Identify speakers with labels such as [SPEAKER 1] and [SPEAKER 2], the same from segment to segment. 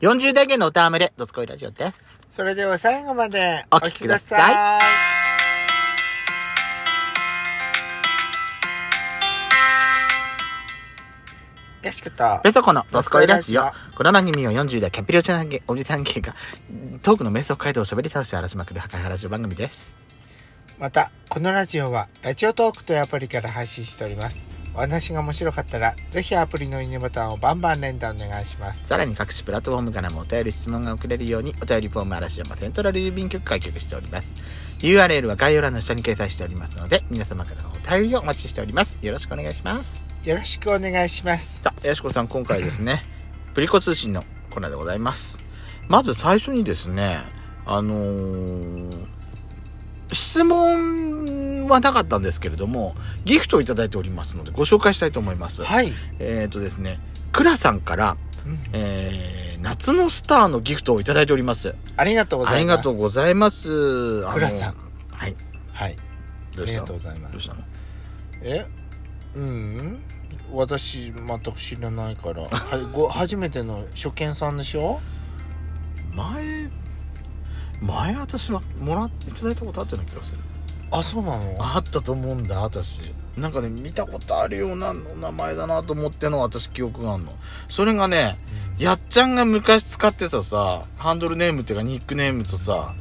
[SPEAKER 1] 40代芸の歌わむれ、ドスコイラジオです。
[SPEAKER 2] それでは最後まで
[SPEAKER 1] お
[SPEAKER 2] お
[SPEAKER 1] 聞
[SPEAKER 2] 聞
[SPEAKER 1] き
[SPEAKER 2] き
[SPEAKER 1] く
[SPEAKER 2] く
[SPEAKER 1] だ
[SPEAKER 2] だ
[SPEAKER 1] さい
[SPEAKER 2] さい。よしこと。
[SPEAKER 1] ベソコのドスコイラジオ
[SPEAKER 2] ドスコイラ。
[SPEAKER 1] この番組は40代キャッピリおじさん系おじさん系が、トークの瞑想街道を喋り倒して荒らしまくる破壊ラジオ番組です。
[SPEAKER 2] また、このラジオは、ラジオトークというアプリから配信しております。お話が面白かったら、ぜひアプリのいいねボタンをバンバン連打お願いします。
[SPEAKER 1] さらに各種プラットフォームからもお便り質問が送れるように、お便りフォーム嵐山セントラル郵便局開局しております。URL は概要欄の下に掲載しておりますので、皆様からのお便りをお待ちしております。よろしくお願いします。
[SPEAKER 2] よろしくお願いします。
[SPEAKER 1] さあ、やしこさん、今回ですね、プリコ通信のコーナーでございます。まず最初にですね、あのー質問はなかったんですけれども、ギフトをいただいておりますので、ご紹介したいと思います。
[SPEAKER 2] はい。
[SPEAKER 1] えっ、ー、とですね、クラさんから、
[SPEAKER 2] うん
[SPEAKER 1] えー、夏のスターのギフトをいただいております。
[SPEAKER 2] ありがとうご
[SPEAKER 1] あ
[SPEAKER 2] ざい
[SPEAKER 1] り
[SPEAKER 2] ます。
[SPEAKER 1] がとうございます。あの
[SPEAKER 2] クラさん。
[SPEAKER 1] はい。
[SPEAKER 2] はい。あ
[SPEAKER 1] どう
[SPEAKER 2] り
[SPEAKER 1] し
[SPEAKER 2] が
[SPEAKER 1] た
[SPEAKER 2] とう
[SPEAKER 1] の
[SPEAKER 2] ございま
[SPEAKER 1] どう
[SPEAKER 2] す
[SPEAKER 1] し。たの
[SPEAKER 2] えうん私全く知らないからはご初めての初見さんでしょ
[SPEAKER 1] 前、前私はもらっていただいたことあったような気がする。
[SPEAKER 2] あそうなの
[SPEAKER 1] あったと思うんだ私なんかね見たことあるようなお名前だなと思っての私記憶があるのそれがねやっちゃんが昔使ってたさハンドルネームっていうかニックネームとさ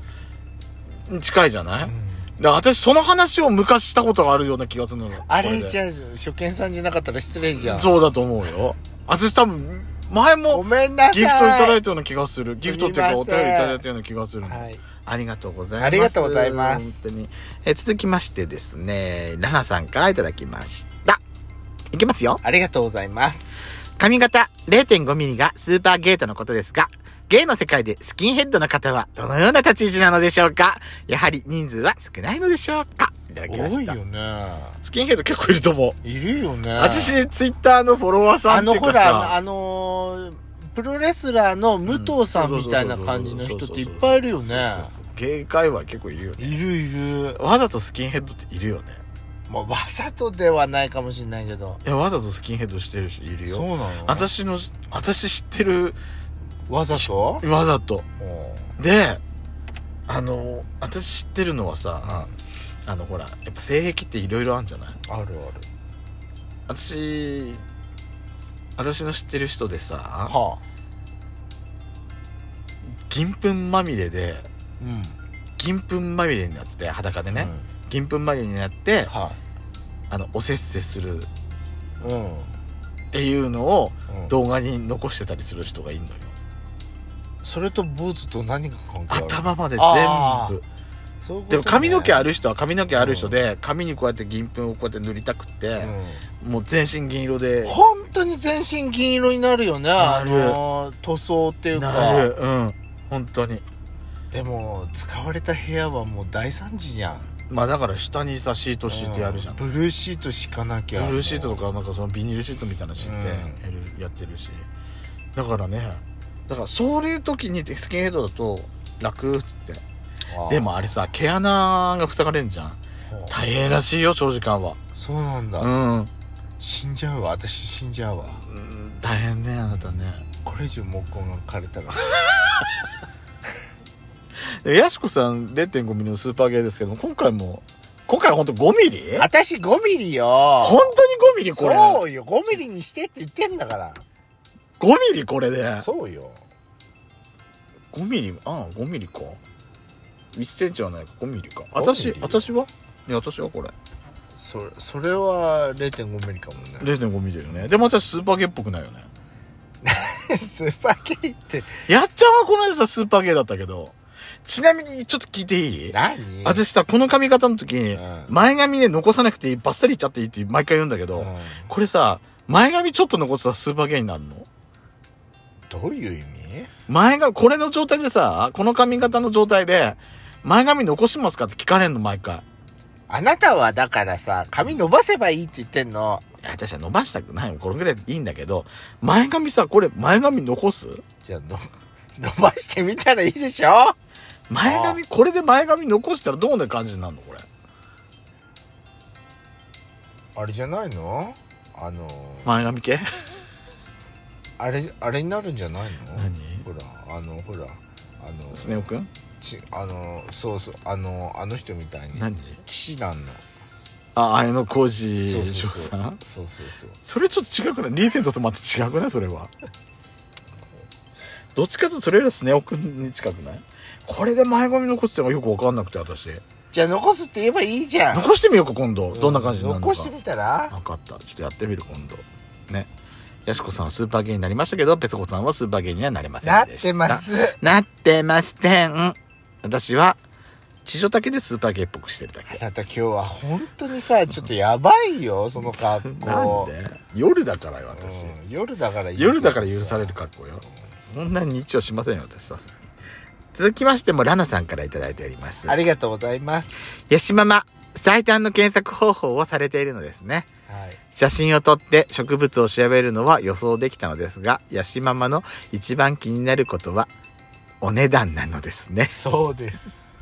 [SPEAKER 1] 近いじゃない、
[SPEAKER 2] うん
[SPEAKER 1] で私その話を昔したことがあるような気がするの
[SPEAKER 2] あ
[SPEAKER 1] こ
[SPEAKER 2] れ
[SPEAKER 1] で
[SPEAKER 2] じゃあ初見さんじゃなかったら失礼じゃん
[SPEAKER 1] そうだと思うよ私多分前
[SPEAKER 2] ご
[SPEAKER 1] も
[SPEAKER 2] めんなさい
[SPEAKER 1] ギフトいただいたような気がするギフトっていうか
[SPEAKER 2] すみ
[SPEAKER 1] お
[SPEAKER 2] ませ
[SPEAKER 1] 便
[SPEAKER 2] ん
[SPEAKER 1] りいただいたような気がするの、
[SPEAKER 2] はい
[SPEAKER 1] ありがとうございます。
[SPEAKER 2] ありがとうございます
[SPEAKER 1] 本当に。えー続きましてですね、ラナさんからいただきました。いきますよ。
[SPEAKER 2] ありがとうございます
[SPEAKER 1] 髪型0.5ミリがスーパーゲートのことですが、ゲイの世界でスキンヘッドの方はどのような立ち位置なのでしょうかやはり人数は少ないのでしょうかいただきま
[SPEAKER 2] 多
[SPEAKER 1] し
[SPEAKER 2] い
[SPEAKER 1] た。
[SPEAKER 2] よね
[SPEAKER 1] スキンヘッド結構いると思う。
[SPEAKER 2] いるよね
[SPEAKER 1] 私、ツイッターのフォロワーさん
[SPEAKER 2] あ
[SPEAKER 1] ってい
[SPEAKER 2] の
[SPEAKER 1] うか
[SPEAKER 2] ほ
[SPEAKER 1] さ
[SPEAKER 2] らあのープロレスラーの武藤さんみたいな感じの人っていっぱいいるよね
[SPEAKER 1] ゲイ界は結構いるよね。
[SPEAKER 2] いるいる
[SPEAKER 1] わざとスキンヘッドっているよね。
[SPEAKER 2] まあわざとではないかもしれないけど
[SPEAKER 1] いや、わざとスキンヘッドしてる人いるよ。
[SPEAKER 2] なの
[SPEAKER 1] 私の、私知ってる
[SPEAKER 2] わざと
[SPEAKER 1] わざと
[SPEAKER 2] うん
[SPEAKER 1] であの私知ってるのはさ、あのほらやっぱ性癖っていろいろあるんじゃない
[SPEAKER 2] あるある
[SPEAKER 1] 私私の知ってる人でさ
[SPEAKER 2] は
[SPEAKER 1] 銀粉まみれで
[SPEAKER 2] あうん
[SPEAKER 1] 銀粉まみれになって裸でね、銀粉まみれになって
[SPEAKER 2] は
[SPEAKER 1] あのおせっせするっ
[SPEAKER 2] いうん
[SPEAKER 1] ていうのを
[SPEAKER 2] うん
[SPEAKER 1] 動画に残してたりする人がいるのよ、
[SPEAKER 2] それと坊主と何が関係ある
[SPEAKER 1] 頭まで
[SPEAKER 2] あ
[SPEAKER 1] 全部
[SPEAKER 2] そういうこ
[SPEAKER 1] で
[SPEAKER 2] とね
[SPEAKER 1] も髪の毛ある人は髪の毛ある人で、髪にこうやって銀粉をこうやって塗りたくて、
[SPEAKER 2] う
[SPEAKER 1] もう全身銀色で
[SPEAKER 2] ん本当に全身銀色になるよね
[SPEAKER 1] な
[SPEAKER 2] あ
[SPEAKER 1] る
[SPEAKER 2] のー塗装っていう
[SPEAKER 1] な
[SPEAKER 2] か
[SPEAKER 1] るうん本当に
[SPEAKER 2] でも使われた部屋はもう大惨事じゃん
[SPEAKER 1] まあだから下にさシート敷いてやるじゃん、
[SPEAKER 2] うブルーシート敷かなき
[SPEAKER 1] ブ
[SPEAKER 2] ゃ
[SPEAKER 1] ルーシートとかなんかそのビニールシートみたいなの敷いて
[SPEAKER 2] うん
[SPEAKER 1] やる、やってるしだからねだからそういう時にスキンヘッドだと楽っつって
[SPEAKER 2] あー
[SPEAKER 1] でもあれさ毛穴が塞がれんじゃん
[SPEAKER 2] はあ
[SPEAKER 1] 大変らしいよ長時間は
[SPEAKER 2] そうなんだ
[SPEAKER 1] うん、
[SPEAKER 2] 死んじゃうわ私死んじゃうわ
[SPEAKER 1] うん大変ねあなたね
[SPEAKER 2] これ以上毛根が枯れ たら
[SPEAKER 1] でやしこさん0 5ミリのスーパーゲーですけども今回も今回ほんと5ミリ
[SPEAKER 2] 私5ミリよ
[SPEAKER 1] 本当に5ミリこれ
[SPEAKER 2] そうよ5ミリにしてって言ってんだから
[SPEAKER 1] 5ミリこれで
[SPEAKER 2] そうよ
[SPEAKER 1] 5ミリああ5ミリか1センチはないか5ミリか
[SPEAKER 2] 5
[SPEAKER 1] 私
[SPEAKER 2] ミリ
[SPEAKER 1] 私はいや私はこれ
[SPEAKER 2] それそれは0.5ミリかもね
[SPEAKER 1] 0.5ミリだよねでも私スーパーゲーっぽくないよね
[SPEAKER 2] スーパーゲイって
[SPEAKER 1] やっちゃんはこの間さスーパーゲーだったけどちなみにちょっと聞いていい
[SPEAKER 2] 何
[SPEAKER 1] 私さこの髪型の時に
[SPEAKER 2] うん
[SPEAKER 1] 前髪ね残さなくていいバッサリいっちゃっていいって毎回言うんだけど、
[SPEAKER 2] うん
[SPEAKER 1] これさ前髪ちょっと残すとスーパーゲーになるの
[SPEAKER 2] どういう意味
[SPEAKER 1] 前髪これの状態でさこの髪型の状態で前髪残しますかって聞かれんの毎回
[SPEAKER 2] あなたはだからさ髪伸ばせばいいって言ってんの
[SPEAKER 1] いや私は伸ばしたくないもんこれぐらいでいいんだけど前髪さこれ前髪残す
[SPEAKER 2] じゃあの 伸ばしてみたらいいでしょ
[SPEAKER 1] 前髪これで前髪残したらどうな感じになるのこれ
[SPEAKER 2] あれじゃないのあの
[SPEAKER 1] 前髪系
[SPEAKER 2] あれあれになるんじゃないの
[SPEAKER 1] 何
[SPEAKER 2] ほらのほらあの
[SPEAKER 1] スネ夫くん
[SPEAKER 2] ちあのそうそうあのあの人みたいに
[SPEAKER 1] 何
[SPEAKER 2] 騎士団の
[SPEAKER 1] あ、あれの工事
[SPEAKER 2] そう
[SPEAKER 1] 長
[SPEAKER 2] そうそ
[SPEAKER 1] さ
[SPEAKER 2] うんそうそうそう
[SPEAKER 1] それちょっと違くないリーゼントとまた違くないそれは。どっちかというとそれよりはスネ夫くんに近くないこれで前髪残してもよくわかんなくて私。
[SPEAKER 2] じゃあ残すって言えばいいじゃん
[SPEAKER 1] 残してみようか今度。どんな感じになるのか。
[SPEAKER 2] 残してみたら
[SPEAKER 1] 分かったちょっとやってみる今度ねやしこさんはスーパーゲイになりましたけどペツコさんはスーパーゲイにはなれませ
[SPEAKER 2] なんっ
[SPEAKER 1] でした
[SPEAKER 2] てます
[SPEAKER 1] なってません私は地上だけでスーパーゲイっぽくしてるだけ
[SPEAKER 2] あなた今日は本当にさちょっとやばいよその格
[SPEAKER 1] なん
[SPEAKER 2] 好
[SPEAKER 1] で夜だからよ私、
[SPEAKER 2] うん夜だからいいけど
[SPEAKER 1] 夜だから許される格好よこんなに日はしませんよ私さすがに続きましてもラナさんからいただいております
[SPEAKER 2] ありがとうございます
[SPEAKER 1] ヤシママ最短の検索方法をされているのですね
[SPEAKER 2] はい
[SPEAKER 1] 写真を撮って植物を調べるのは予想できたのですが、ヤシママの一番気になることは、お値段なのですね。
[SPEAKER 2] そうです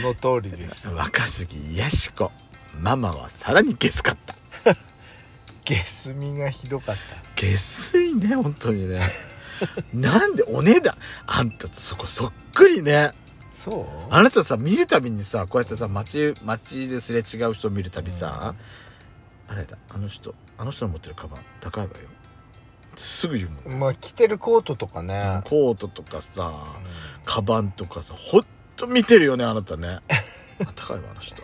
[SPEAKER 2] その通り です
[SPEAKER 1] 若すぎヤシコ。ママはさらにゲスかった。
[SPEAKER 2] ゲスみがひどかっ
[SPEAKER 1] ゲスいね、本当にね。なんでお値段あんたそこそっくりね。
[SPEAKER 2] たそう
[SPEAKER 1] あなたさ、見るたびにさ、こうやってさ、街、街ですれ違う人見るたびさ、あれだ、あの人、あの人の持ってるカバン、高いわよ。すぐ言うもん。
[SPEAKER 2] まあ着てるコートとかね
[SPEAKER 1] コートとかさ、カバンとかさほんと見てるよねあなたね あ高いわあの人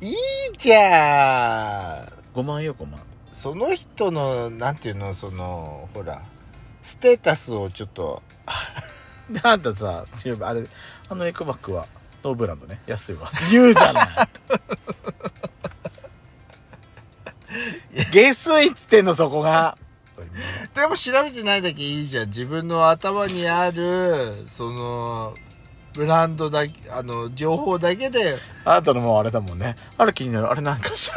[SPEAKER 2] いいじゃん
[SPEAKER 1] 5万よ5万
[SPEAKER 2] その人のなんていうのそのほらステータスをちょっと
[SPEAKER 1] であんたさ違うあれあのエコバッグはノーブランドね安いわ 言うじゃない下水っつってんのそこが
[SPEAKER 2] でも調べてないだけいいじゃん自分の頭にあるそのブランドだけあの情報だけで
[SPEAKER 1] あなたのもうあれだもんねあれ気になるあれなんかし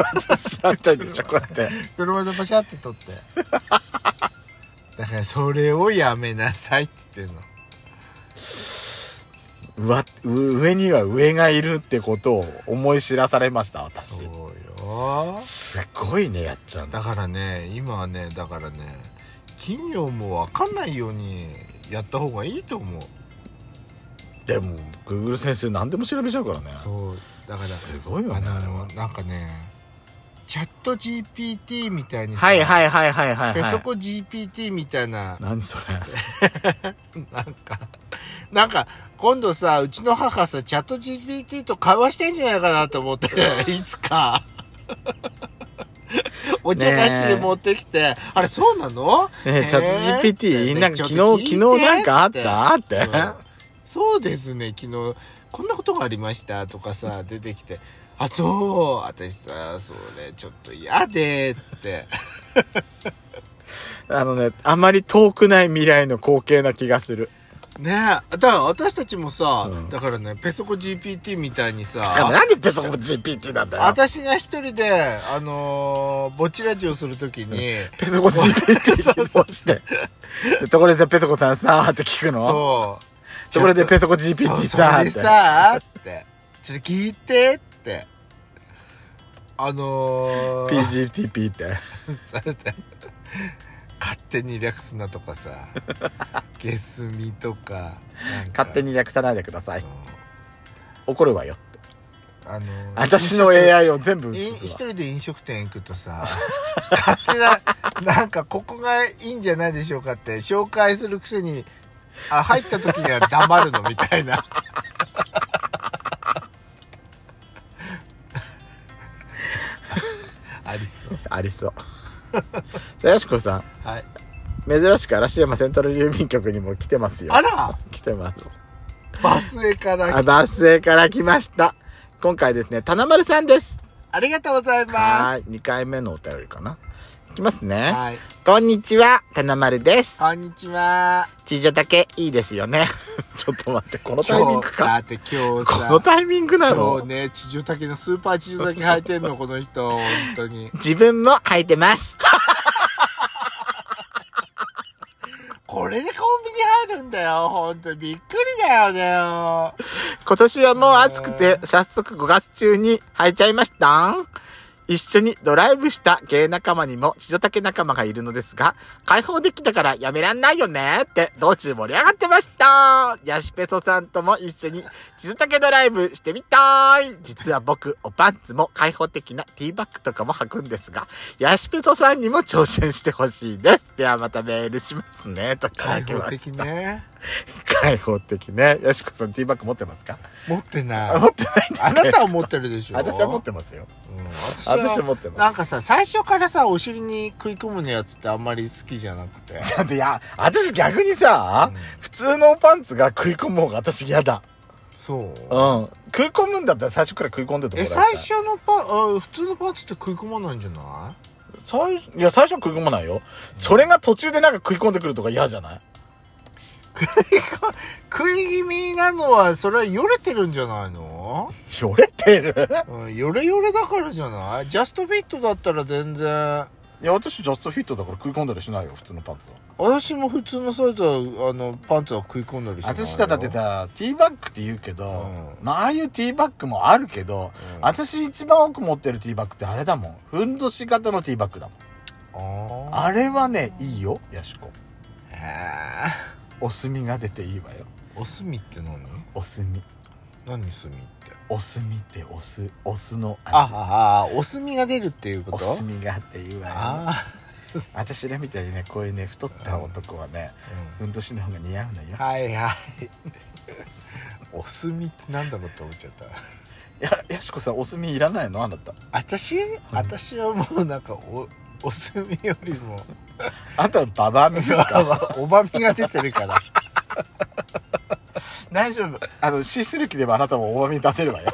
[SPEAKER 1] らんたいでしょこうやって
[SPEAKER 2] 車でパシャって撮 ってだからそれをやめなさいって言ってんの
[SPEAKER 1] うわう上には上がいるってことを思い知らされました私
[SPEAKER 2] そうよ
[SPEAKER 1] すごいねやっちゃん
[SPEAKER 2] だからね今はねだからね企業も分かんないようにやった方がいいと思う
[SPEAKER 1] でもグーグル先生何でも調べちゃうからね
[SPEAKER 2] そうだから
[SPEAKER 1] すごいよ
[SPEAKER 2] あ
[SPEAKER 1] ね
[SPEAKER 2] のなんかねチャット GPT みたいにさ
[SPEAKER 1] はいはいはいはいはい、
[SPEAKER 2] ペ
[SPEAKER 1] は
[SPEAKER 2] ソ
[SPEAKER 1] い、
[SPEAKER 2] コ GPT みたいな
[SPEAKER 1] 何それ
[SPEAKER 2] なんかなんか今度さうちの母さチャット GPT と会話してんじゃないかなと思っていつか お茶菓子で持ってきて、あれそうなの
[SPEAKER 1] ねえチャット GPT なんか
[SPEAKER 2] ちょっ
[SPEAKER 1] 昨
[SPEAKER 2] と
[SPEAKER 1] 日
[SPEAKER 2] 聞いて
[SPEAKER 1] 昨日なんかあったって、
[SPEAKER 2] うんそうですね昨日こんなことがありましたとかさ出てきて「あそう私さそれちょっと嫌で」 って
[SPEAKER 1] あのねあまり遠くない未来の光景な気がする
[SPEAKER 2] ねだから私たちもさ、
[SPEAKER 1] うん
[SPEAKER 2] だからねペソコ GPT みたいに
[SPEAKER 1] だから
[SPEAKER 2] さ
[SPEAKER 1] なんでペソコ GPT なんだよ
[SPEAKER 2] 私が一人であのー、ぼっちラジオするときに
[SPEAKER 1] ペソコ GPT そうしてでところでさペソコさんさーって聞くの
[SPEAKER 2] そう
[SPEAKER 1] ところでペソコ
[SPEAKER 2] そう
[SPEAKER 1] GPT
[SPEAKER 2] そ
[SPEAKER 1] さー
[SPEAKER 2] れで
[SPEAKER 1] って
[SPEAKER 2] さってちょっと聞いてってあのー、
[SPEAKER 1] PGTP って
[SPEAKER 2] されて 勝手に略すなと かさゲスみとかなんか
[SPEAKER 1] 勝手に略さないでくださ
[SPEAKER 2] あ
[SPEAKER 1] い怒るわよって
[SPEAKER 2] のあの
[SPEAKER 1] 私の
[SPEAKER 2] 飲食
[SPEAKER 1] AI を全部映
[SPEAKER 2] い
[SPEAKER 1] す
[SPEAKER 2] 一
[SPEAKER 1] わ
[SPEAKER 2] 人で飲食店行くとさ勝手な なんかここがいいんじゃないでしょうかって紹介するくせにあ入った時には黙るのみた いなありそう
[SPEAKER 1] ありそうじゃあやしこさん
[SPEAKER 2] はい
[SPEAKER 1] 珍しく嵐山セントラル郵便局にも来てますよ
[SPEAKER 2] あら
[SPEAKER 1] 来てます
[SPEAKER 2] バスへから
[SPEAKER 1] あバス停から来ました今回ですね棚丸さんです
[SPEAKER 2] ありがとうございま
[SPEAKER 1] は
[SPEAKER 2] す。
[SPEAKER 1] ーい2回目のお便りかないきますね
[SPEAKER 2] はい。
[SPEAKER 1] こんにちは棚丸です
[SPEAKER 2] こんにちは。
[SPEAKER 1] 地上だけいいですよね ちょっと待ってこのタイミン
[SPEAKER 2] 今
[SPEAKER 1] グ
[SPEAKER 2] 日
[SPEAKER 1] か
[SPEAKER 2] だって今日
[SPEAKER 1] この
[SPEAKER 2] さ、
[SPEAKER 1] タイミングな
[SPEAKER 2] 今日
[SPEAKER 1] の
[SPEAKER 2] ね、地上竹のスーパー地上竹履いて んの、この人、本当に。
[SPEAKER 1] 自分も履いてます
[SPEAKER 2] これでコンビニ入るんだよ、本当びっくりだよね。
[SPEAKER 1] 今年はもう暑くて早速5月中に履いちゃいました一緒にドライブした芸仲間にも千代竹仲間がいるのですが、解放できたからやめらんないよねって道中盛り上がってましたヤシペソさんとも一緒に千代竹ドライブしてみたい実は僕、おパンツも開放的なティーバッグとかも履くんですが、ヤシペソさんにも挑戦してほしいです。ではまたメールしますね。と書
[SPEAKER 2] 開
[SPEAKER 1] いて
[SPEAKER 2] 放
[SPEAKER 1] ます。
[SPEAKER 2] 的ね
[SPEAKER 1] 開放的ね。ヤシコさんティーバッグ持ってますか
[SPEAKER 2] 持ってない
[SPEAKER 1] あ持ってないんです
[SPEAKER 2] あなたは持ってるでしょ
[SPEAKER 1] 私は持ってますよ。
[SPEAKER 2] うん私は
[SPEAKER 1] 私は持ってます。
[SPEAKER 2] なんかさ最初からさお尻に食い込むのやつってあんまり好きじゃなく て
[SPEAKER 1] だっていや、私逆にさ、
[SPEAKER 2] うん
[SPEAKER 1] 普通のパンツが食い込む方が私嫌だ。
[SPEAKER 2] そう
[SPEAKER 1] うん。食い込むんだったら最初から食い込んでとこ
[SPEAKER 2] え
[SPEAKER 1] だから
[SPEAKER 2] 最初のパンあ普通のパンツって食い込まないんじゃな
[SPEAKER 1] 最初いや、最初は食い込まないよ。それが途中でなんか食い込んでくるとか嫌じゃない
[SPEAKER 2] い食い気味なのはそれはよれてるんじゃないの、
[SPEAKER 1] よれてる
[SPEAKER 2] うん、よれよれだからじゃないジャストフィットだったら全然
[SPEAKER 1] いや、私ジャストフィットだから食い込んだりしないよ、普通のパンツは。
[SPEAKER 2] 私も普通のサイズはあのパンツは食い込んだりしないよ
[SPEAKER 1] 私だ、だってさ、ティーバッグって言うけど、
[SPEAKER 2] うん
[SPEAKER 1] まあ、ああいうティーバッグもあるけど、
[SPEAKER 2] うん
[SPEAKER 1] 私一番奥持ってるティーバッグってあれだもん。ふんどし型のティーバッグだもん。
[SPEAKER 2] あ
[SPEAKER 1] あれはね、いいよ、ヤシコ。
[SPEAKER 2] ーへ
[SPEAKER 1] お墨が出ていいわよ。
[SPEAKER 2] ーお墨って何
[SPEAKER 1] お墨。
[SPEAKER 2] 何墨って
[SPEAKER 1] お墨ってお酢お酢の
[SPEAKER 2] ああお墨が出るっていうこ
[SPEAKER 1] お
[SPEAKER 2] と
[SPEAKER 1] 墨がっていうわよ
[SPEAKER 2] あ
[SPEAKER 1] 私らみたいにねこういうね太った男はね
[SPEAKER 2] あ、うん
[SPEAKER 1] ふんどしの方が似合うのよ
[SPEAKER 2] はいはい お墨ってなんだろうって思っちゃった
[SPEAKER 1] いややしこさんお墨いらないのあなた
[SPEAKER 2] 私私はもうなんかおお墨よりも
[SPEAKER 1] あなたバ バアみですか
[SPEAKER 2] おばみが出てるから
[SPEAKER 1] 大丈夫あのシースルー着ればあなたもおばみ立てるわよ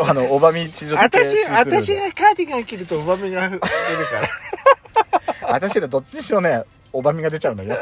[SPEAKER 1] あのおばみ地上
[SPEAKER 2] 私私がカーディガン着るとおばみが出るから
[SPEAKER 1] 私らどっちにしろねおばみが出ちゃうのよ